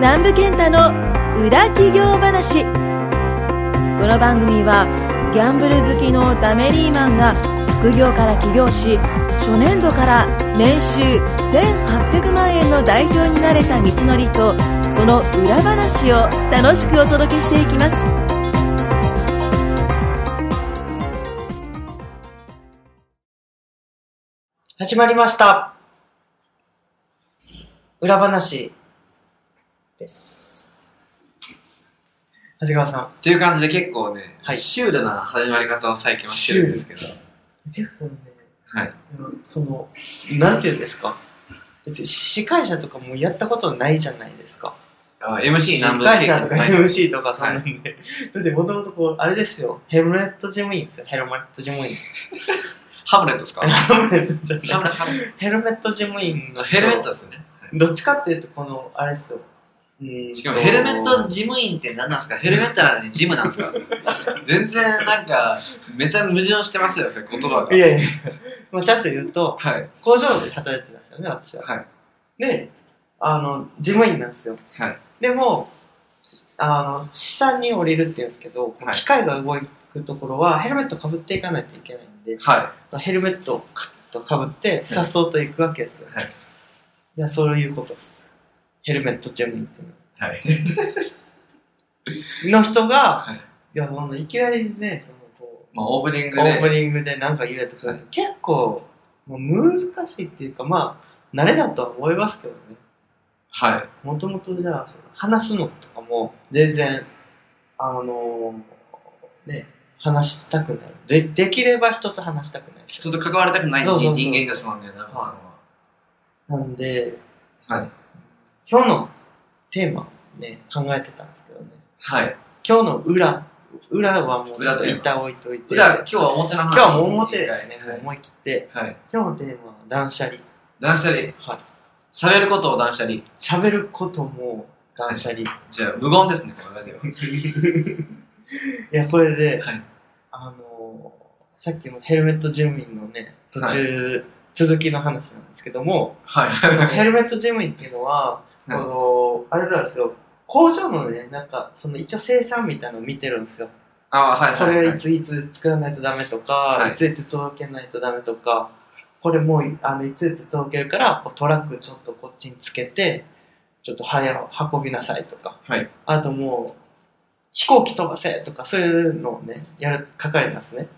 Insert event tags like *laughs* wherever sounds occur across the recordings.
南部健太の裏企業話この番組はギャンブル好きのダメリーマンが副業から起業し初年度から年収1800万円の代表になれた道のりとその裏話を楽しくお届けしていきます始まりました。裏話です。長谷川さっていう感じで結構ね、はいシュールな始まり方を最近はしてるんですけど、ん。結構ね、はい、うんその、なんていうんですか。別に司会者とかもやったことないじゃないですか。あ MC な司んぼで会結者と構、かはい MC とかそんなんで。だってもともとこう、あれですよ。ヘルメット事務員ですよ。ヘルメット事務員。ハムレットですかハヘルメットじゃムレッないトハムレヘルメット事務員ッのト、ヘルメットですね。どっちかっていうと、この、あれですよ。うんしかもヘルメット事務員って何なんですかヘルメットなのにジムなんです *laughs* か全然なんか、めちゃ矛盾してますよ、それ言葉が。いやいや、まあ、ちゃんと言うと、はい、工場で働いてたんですよね、私は。はい、で、あの、事務員なんですよ。はい。でも、あの、下に降りるって言うんですけど、はい機械が動くところはヘルメットかぶっていかないといけないんで、はヘルメットをカッとかぶって、さっそうと行くわけですよ。はいでそういうことです。ヘルメット事務員っていうのは。い、はい。の人が、はいい、や、もういきなりね、そのこう、まあ、オープニングオープで、ニングで何か言えとか、はい結構もう難しいっていうかまあ慣れだとは思いますけどねはい、もともとじゃあその話すのとかも全然あのーね話したくないでできれば人と話したくない人と関わりたくないそうそうそう人間ですもんね、なんかそのなんで、はい今日のテーマをね考えてたんですけどねはい。今日の裏裏はもうちょっと裏テーマ一旦置いといてじゃあ、今日は表の今話。日はもう表ですね、もうは思い切ってい。はい。今日のテーマは断捨離断捨離。はい喋ることを断捨離。喋ることも断捨離。いじゃあ、無言ですね、この *laughs* ラジオ。や、これで、はいあのーさっきのヘルメット準備のね、途中、続きの話なんですけども、はい。ヘルメット準備っていうのは、こはいの、あれなんですよ、工場のね、なんか、その一応生産みたいなの見てるんですよ。あーこはい、はい。れはいついつ作らないとダメとか、、はいいついつ届けないとダメとか、これもうあのいついつ届けるからこうトラックちょっとこっちにつけて、ちょっと早運びなさいとか、はいあともう飛行機飛ばせとかそういうのをね、やる係なんですね。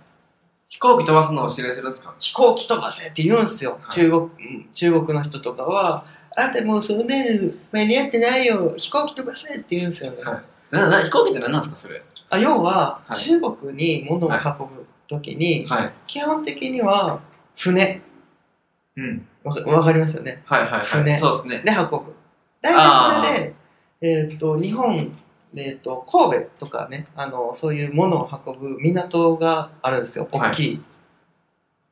飛行機飛ばすのを知らせるんですか飛行機飛ばせって言うんですよ。はい中国、うん中国の人とかは、あんたもうそんなの間に合ってないよ、飛行機飛ばせって言うんですよね。はいなな飛行機って何なんですか、それ。あ要は、はい中国に物を運ぶときに、はい。基本的には船うん。わかわかりますよねはい、はい、はい。船そうですね。で運ぶ大体それで、えー、と日本、えー、と神戸とかねあのそういうものを運ぶ港があるんですよはい大きい、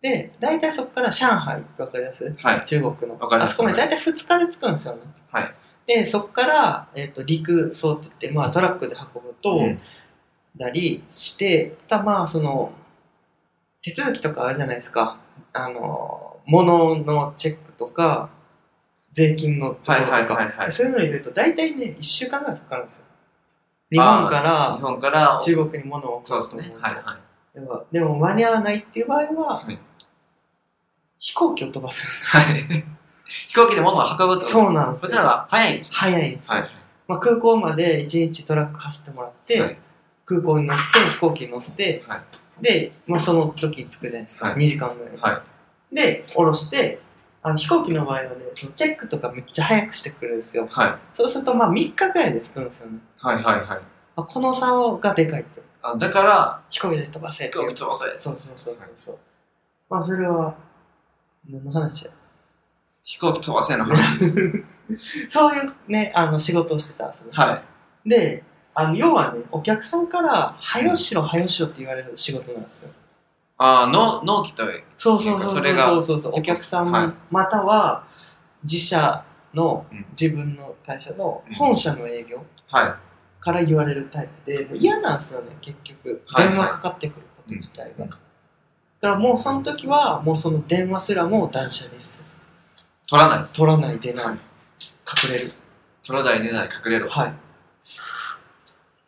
で大体そこから上海ってわかりますはい。中国のわかりますあそこまで大体2日で着くんですよねはいでそこから、えー、と陸送って言って、まあ、トラックで運ぶと、うんだりして、あとはまあその、手続きとかあるじゃないですか。あの、物のチェックとか、税金のとこはろい、とか、はい、はい。はいそういうの入れると大体ね、1週間ぐらいかかるんですよ。日本か日ら本から、中国に物を送そうろですと思うねと。はい、はでもでも間に合わないっていう場合は、はい飛行機を飛ばすんですよ。い。はい。 *laughs* 飛行機で物を運ぶってことですそうなんですこよっちの方が早いんです。早いんですよ。はい。まあ、空港まで1日トラック走ってもらって、はい空港に乗せて飛行機に乗せて、はで、まあ、その時に着くじゃないですか、はい2時間ぐらいで、はで降ろしてあの飛行機の場合はねそのチェックとかめっちゃ早くしてくるんですよはい。そうするとまあ3日ぐらいで着くんですよねはい、はい、はい。あこの差がでかいってあだから、飛行機で飛ばせって飛い行う機飛ばせ。そうそうそうそうそうまあそれは何の話や飛行機飛ばせの話 *laughs* です。そういうねあの仕事をしてたんですね、はい。であの要はねお客さんから「はよしろはよしろ」って言われる仕事なんですよあー、の納期と、そうそうそうそそうれがそうそうそうお客さん、はいまたは自社のうん自分の会社のうん本社の営業はい。から言われるタイプでもう嫌なんですよね結局はい電話かかってくること自体が、うんだからもうその時はもうその電話すらもう断捨離です取らない。取らない出ない、はい隠れる取らない寝ない隠れろはい。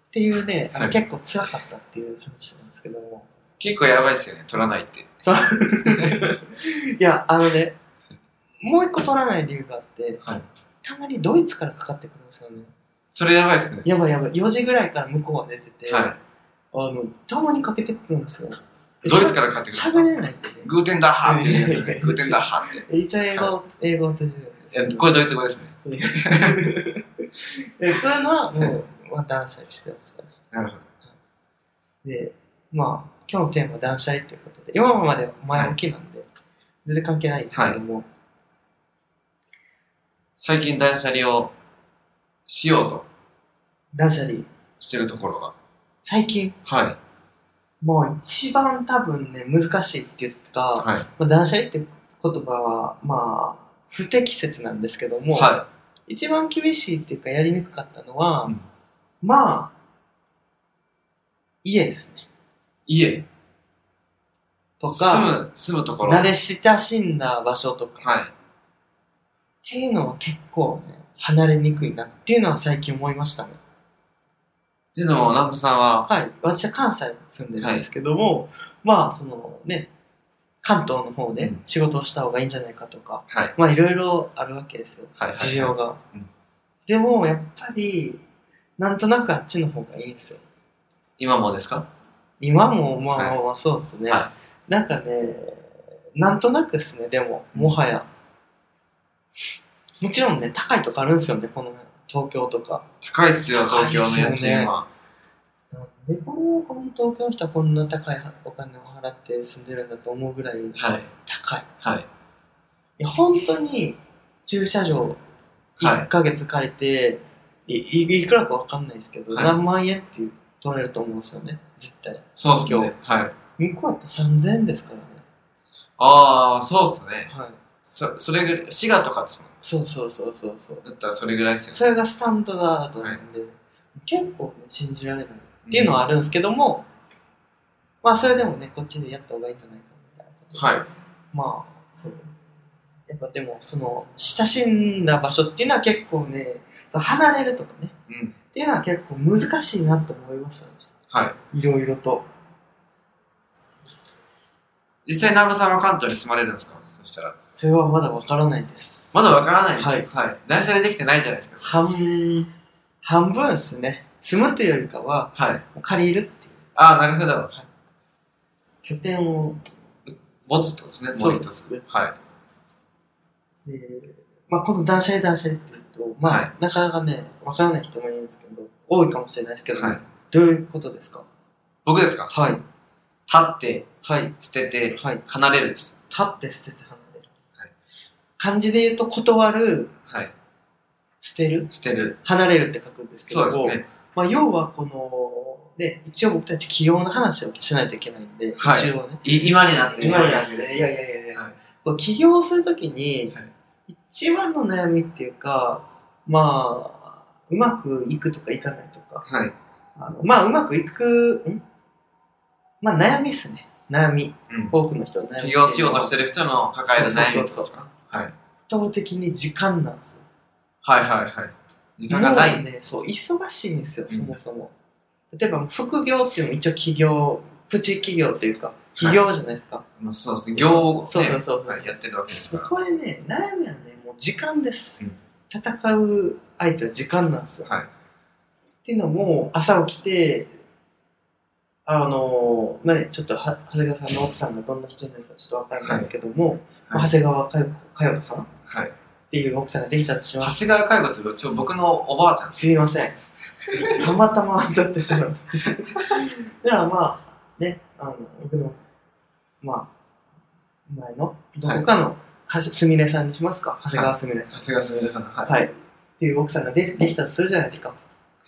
っていうね、あのはい結構辛かったっていう話なんですけども。結構やばいっすよね取らないっていや、あのね、もう一個取らない理由があって、はいたまにドイツからかかってくるんですよね。それやばいっすねやばいやばい、4時ぐらいから向こうは寝てて、はあの、たまにかけてくるんですよ。いドイツから買ってくるん喋れないんでね。グーテンダッハって言うんですよいやい *laughs* やいねやグーテンダッハって一応英語、英語を通じるんですけえど。これドイツ語ですねえそういうのはもう、まあ、断捨離してましたね。なるほどで、まあ、今日のテーマは断捨離ということで、今まで前置きなんで、全然関係ないんですけども、最近断捨離をしようと断捨離、してるところが最近、はいもう一番多分ね、難しいっていうか、はいまあ、断捨離っていう言葉は、まあ、不適切なんですけども、は一番厳しいっていうか、やりにくかったのは、うんまあ、家ですね。い家と住か、む住むところ慣れ親しんだ場所とか、はいっていうのは結構ね、離れにくいなっていうのは最近思いましたね。っていうのも南部さんははい。私は関西に住んでるんですけども、まあ、そのね、関東の方うでん仕事をした方がいいんじゃないかとか、はいまあいろいろあるわけですよ。はいはい事情が。うんでも、やっぱり、なんとなくあっちの方がいいんですよ。今もですか今もまあまあまあそうですね、はなんかねなんとなくですねでももはやもちろんね高いとこあるんですよねこの東京とか高いっすよ東京の家賃はなんでこのこの東京の人はこんな高いお金を払って住んでるんだと思うぐらいはい高いいはいや本当に駐車場はい1ヶ月借りて、い、いいくらかわかんないですけど、はい何万円って取れると思うんですよね絶対そうっすねはい向こうやったら3000円ですからねああそうっすねはいそそれぐらい滋賀とかですもんそうそうそうそうそうだったらそれぐらいっすよねそれがスタンドだと思うんで、結構ね信じられないっていうのはあるんですけども、まあそれでもねこっちでやった方がいいんじゃないかみたいなこと、はいまあそうやっぱでもその親しんだ場所っていうのは結構ね離れるとかねうんっていうのは結構難しいなと思いますよねはいいろいろと実際南部さんは関東に住まれるんですかそしたらそれはまだわからないですまだわからないですはいはい断捨離できてないじゃないですか半半分ですね住むというよりかははい借りるっていうああなるほど拠点を持つってことですねもう一つそうですねはいえーまあ、この断捨離断捨離って言うと、まあ、はなかなかね、わからない人もいるんですけど、多いかもしれないですけど、はいどういうことですか僕ですかはい。立ってはい。捨ててはい。離れるです立って捨てて離れる。はい漢字で言うと、断る、はい捨てる、捨てる離れるって書くんですけそど、うですねまあ、要はこの、ね、一応僕たち起業の話をしないといけないんで、はい一応ね。い今になって今やね、ていやいやいやいや、はいこう起業するときにはい、一番の悩みっていうか、まあ、うまくいくとかいかないとか、はいあのまあ、うまくいく、んまあ、悩みですね。悩み。うん多くの人の悩み。。起業しようとしててる人の抱える悩みってことそうそうそうですかはい圧倒的に時間なんですよ。はいはいはい時間がなもういね、そう、忙しいんですよ、うんそもそも。例えば、副業っていうのも一応起業、プチ企業というか、起業じゃないですか。まあそうですね業をねそうそうそうそうはいやってるわけですからこれね、悩みはね、もう時間です。うん戦う相手は時間なんですよ。はいっていうのも、朝起きて、あの、まあね、ちょっとは、長谷川さんの奥さんがどんな人になるかちょっとわからないんですけども、まあはい長谷川佳代子佳代子さんっはいていう奥さんができたとします。長谷川介護というちょ僕のおばあちゃんですすいません。たまたま当たってしまいます。 *laughs* ではまあ、ね、あの、僕の、まあ、前の、どこかの、はしすみれさんにしますか長谷川すみれさん。長谷川すみれさんはいはい。っていう奥さんがでできたとするじゃないですか。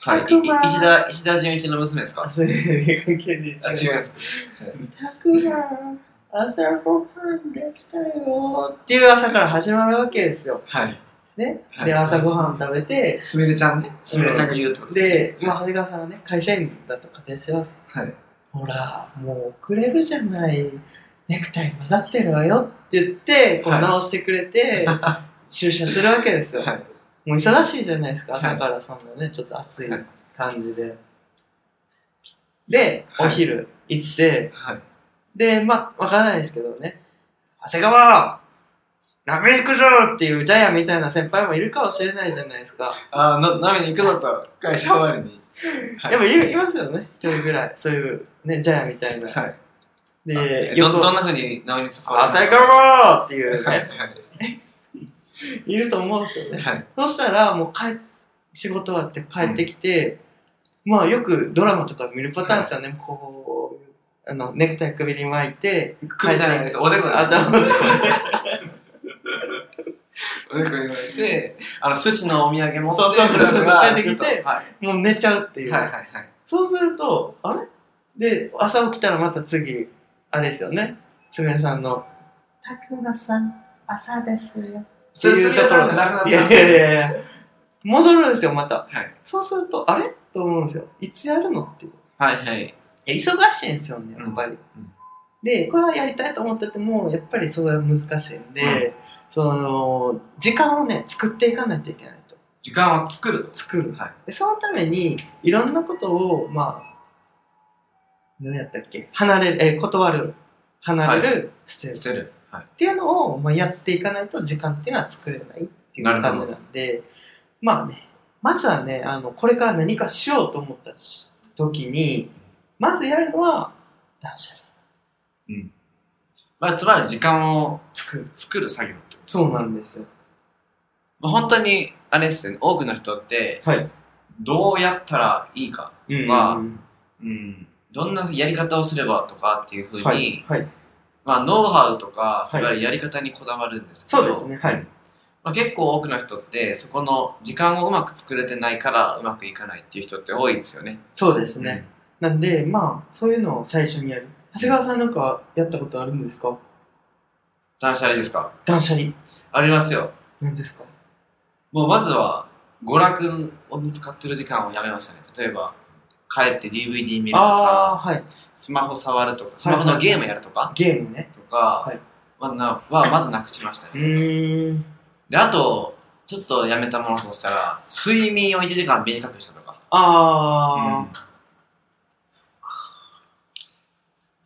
はい百万い石田石田純一の娘ですかあ、そういう関係で。あ違いますたくさん朝ごはんできたよっていう朝から始まるわけですよ。はいね。はいで、朝ごはん食べて、すみれちゃんねすみれちゃんが言うってことねで、まあ、長谷川さんはね、会社員だと仮定してます。はいほら、もう遅れるじゃない。ネクタイ曲がってるわよって言って、こうはい直してくれて、出社するわけですよ。はいもう忙しいじゃないですか、はい朝からそんなね、ちょっと暑い感じで。で、はいお昼行って、はい。で、まあ、わからないですけどね、長谷川ラメ行くぞっていうジャイアンみたいな先輩もいるかもしれないじゃないですか。あー、な、飲みに行くぞと、会社終わりに。はい。やっぱいいますよね、一人ぐらい。そういう、ね、ジャイアンみたいな。はい。で、ど、横どんな風に直りに誘われ朝る行こうっていうはい。ね、 *laughs* いると思うんですよね。はい。そしたら、もう帰、仕事終わって帰ってきて、まあよくドラマとか見るパターンですよね。こう、あの、ネクタイ首に巻いて、首じゃないです。おでこです。頭で *laughs* おでこに言われて、あの、寿司のお土産持って、そうそうそうそうらら帰ってきてはい。もう寝ちゃうっていう。はいはいはい。そうすると、あれで、朝起きたらまた次、あれですよね。すみれさんの、たくまさん、朝ですよ。それ、それじゃなくなったんいでやすいやいやいや戻るんですよ、また。はい。そうすると、あれと思うんですよ。いつやるのっていう。はいはい。いや忙しいんですよね、やっぱり。うんで、これはやりたいと思ってても、やっぱりそれは難しいんで、うその、時間をね、作っていかないといけないと。時間を作ると。作る。はい。で、そのために、いろんなことを、まあ、何やったっけ離れる、えー断る、離れる、捨てる捨てる。はい。っていうのを、まあ、やっていかないと時間っていうのは作れないっていうなるほ感どじなんで、まあね、まずはね、あの、これから何かしようと思った時に、まずやるのは、断捨離。まあ、つまり時間を作る。作る作業ってことですねそうなんですよ。まあ、本当に、あれですよね、多くの人って、はい。どうやったらいいか、うんまあうん、どんなやり方をすればとかっていうふうに、はい。はい。まあ、ノウハウとか、はいいわゆるやり方にこだわるんですけど、そうですね。はい。まあ、結構多くの人って、そこの時間をうまく作れてないから、うまくいかないっていう人って多いですよね。そうですね。なんで、まあ、そういうのを最初にやる。長谷川さんなんかやったことあるんですか断捨離ですか断捨離。ありますよ。なんですかもうまずは、娯楽に使ってる時間をやめましたね。例えば、帰って DVD 見るとああか、ー、はい。スマホ触るとか、スマホのゲームやるとか、ゲームね。とか、はいまあなはまずなくしましたね。うーん。で、あと、ちょっとやめたものとしたら、睡眠を1時間短くしたとか。ああ、うん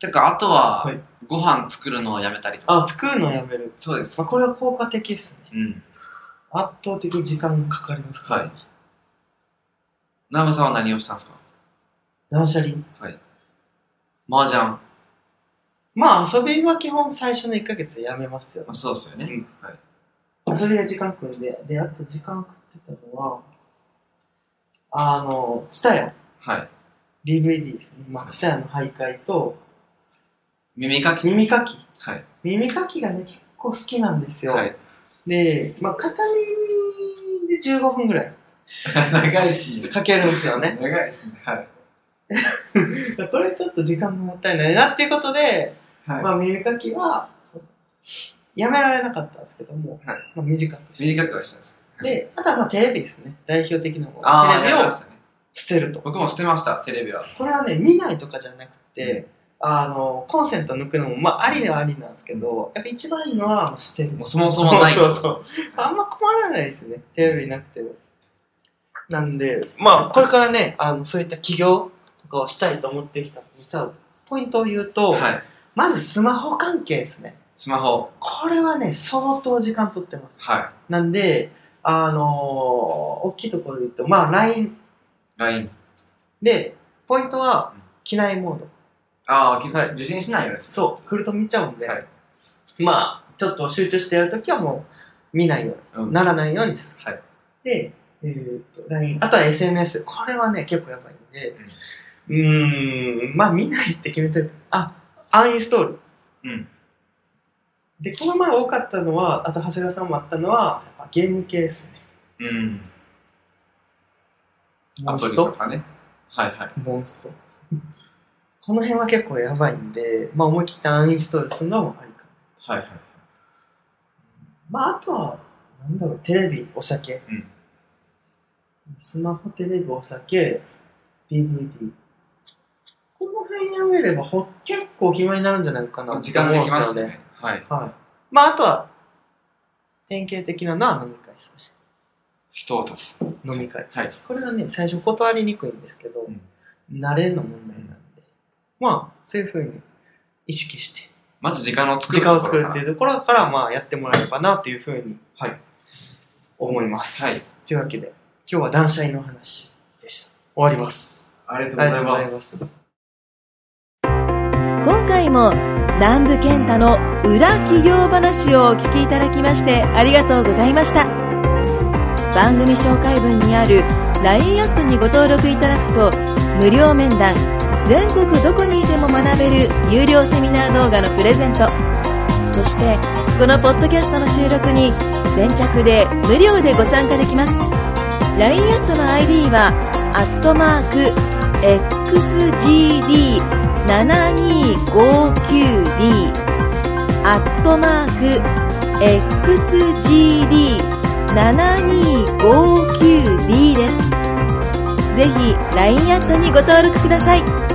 てか、あとは、はいご飯作るのをやめたりとか。あ、作るのやめる。そうですまあ、。これは効果的ですね。うん。圧倒的に時間がかかりますから、はい。ナムさんは何をしたんですか断捨離。麻雀。ままあ、遊びは基本最初の1ヶ月でやめますよねあ、。そうですよね。遊びは時間組んで、で、あと時間食ってたのは、あの、ツタヤ、はい。 DVD ですね。まあ、ツタヤの徘徊と、耳かき。耳かき。はい。耳かきがね、結構好きなんですよ。はい。で、まあ、片耳で15分ぐらい長いっすね。かけるんですよね。長いっすね。はい。これちょっと時間ももったいないなっていうことで、はい。まあ、耳かきは、やめられなかったんですけども、はいまあ、短くして。短くはしたんです。で、あとはまあテレビですね。代表的なもあの。あ、テレビやりまをしたね。捨てると。僕も捨てました、テレビは。これはね、見ないとかじゃなくて、あの、コンセント抜くのも、まあ、ありではありなんですけど、やっぱ一番いいのはもう捨てる。もうそもそも *laughs* ない。そうそう。あんま困らないですね。テレビなくても。なんで、まあ、これからね、あの、そういった起業とかをしたいと思ってきたのでじゃあ、ポイントを言うと、はい。まずスマホ関係ですね。スマホ。これはね、相当時間取ってます。はなんで、あのー大きいところで言うと、まあ、LINE い。LINE。で、ポイントはうん、機内モード。ああ、はい受信しないようにするそう、来ると見ちゃうんで、はいまあ、ちょっと集中してやるときはもう、見ないよううに、ん。ならないようにする。はい。で、えー、と、LINE、あとは SNS。これはね、結構やばいんで、うーん、まあ、見ないって決めてる。あ、アンインストール。うん。で、この前多かったのは、あと長谷川さんもあったのは、やっぱゲーム系ですね。うん。モアンプリストとかね。はいはい。モンスト。この辺は結構やばいんで、まあ思い切ってアンインストールするのもありか。はいはい。まああとは、なんだろう、テレビ、お酒。うんスマホ、テレビ、お酒、DVD。この辺やめればほ結構暇になるんじゃないかな時間できまと思うんすですよね。はい。はい。まああとは、典型的なのは飲み会ですね。人を落とす。飲み会。はい。これがね、最初断りにくいんですけど、うん慣れの問題なんで、まあ、そういうふうに意識して、まず時間を作ると時ころ間をか作るら。っていうところから、まあ、やってもらえればな、というふうに、はい思います。はいというわけで、今日は断捨離の話でした。終わります。ありがとうあごりざがいとうごまざいすま。す。今回も南部健太の裏企業話をお聞きいただきましてありがとうございました番組紹介文にある LINE アップにご登録いただくと無料面談全国どこにいても学べる有料セミナー動画のプレゼントそしてこのポッドキャストの収録に先着で無料でご参加できます LINE アットの ID はアットマーク XGD 7259D アットマーク XGD7259D ですぜひ LINE アットにご登録ください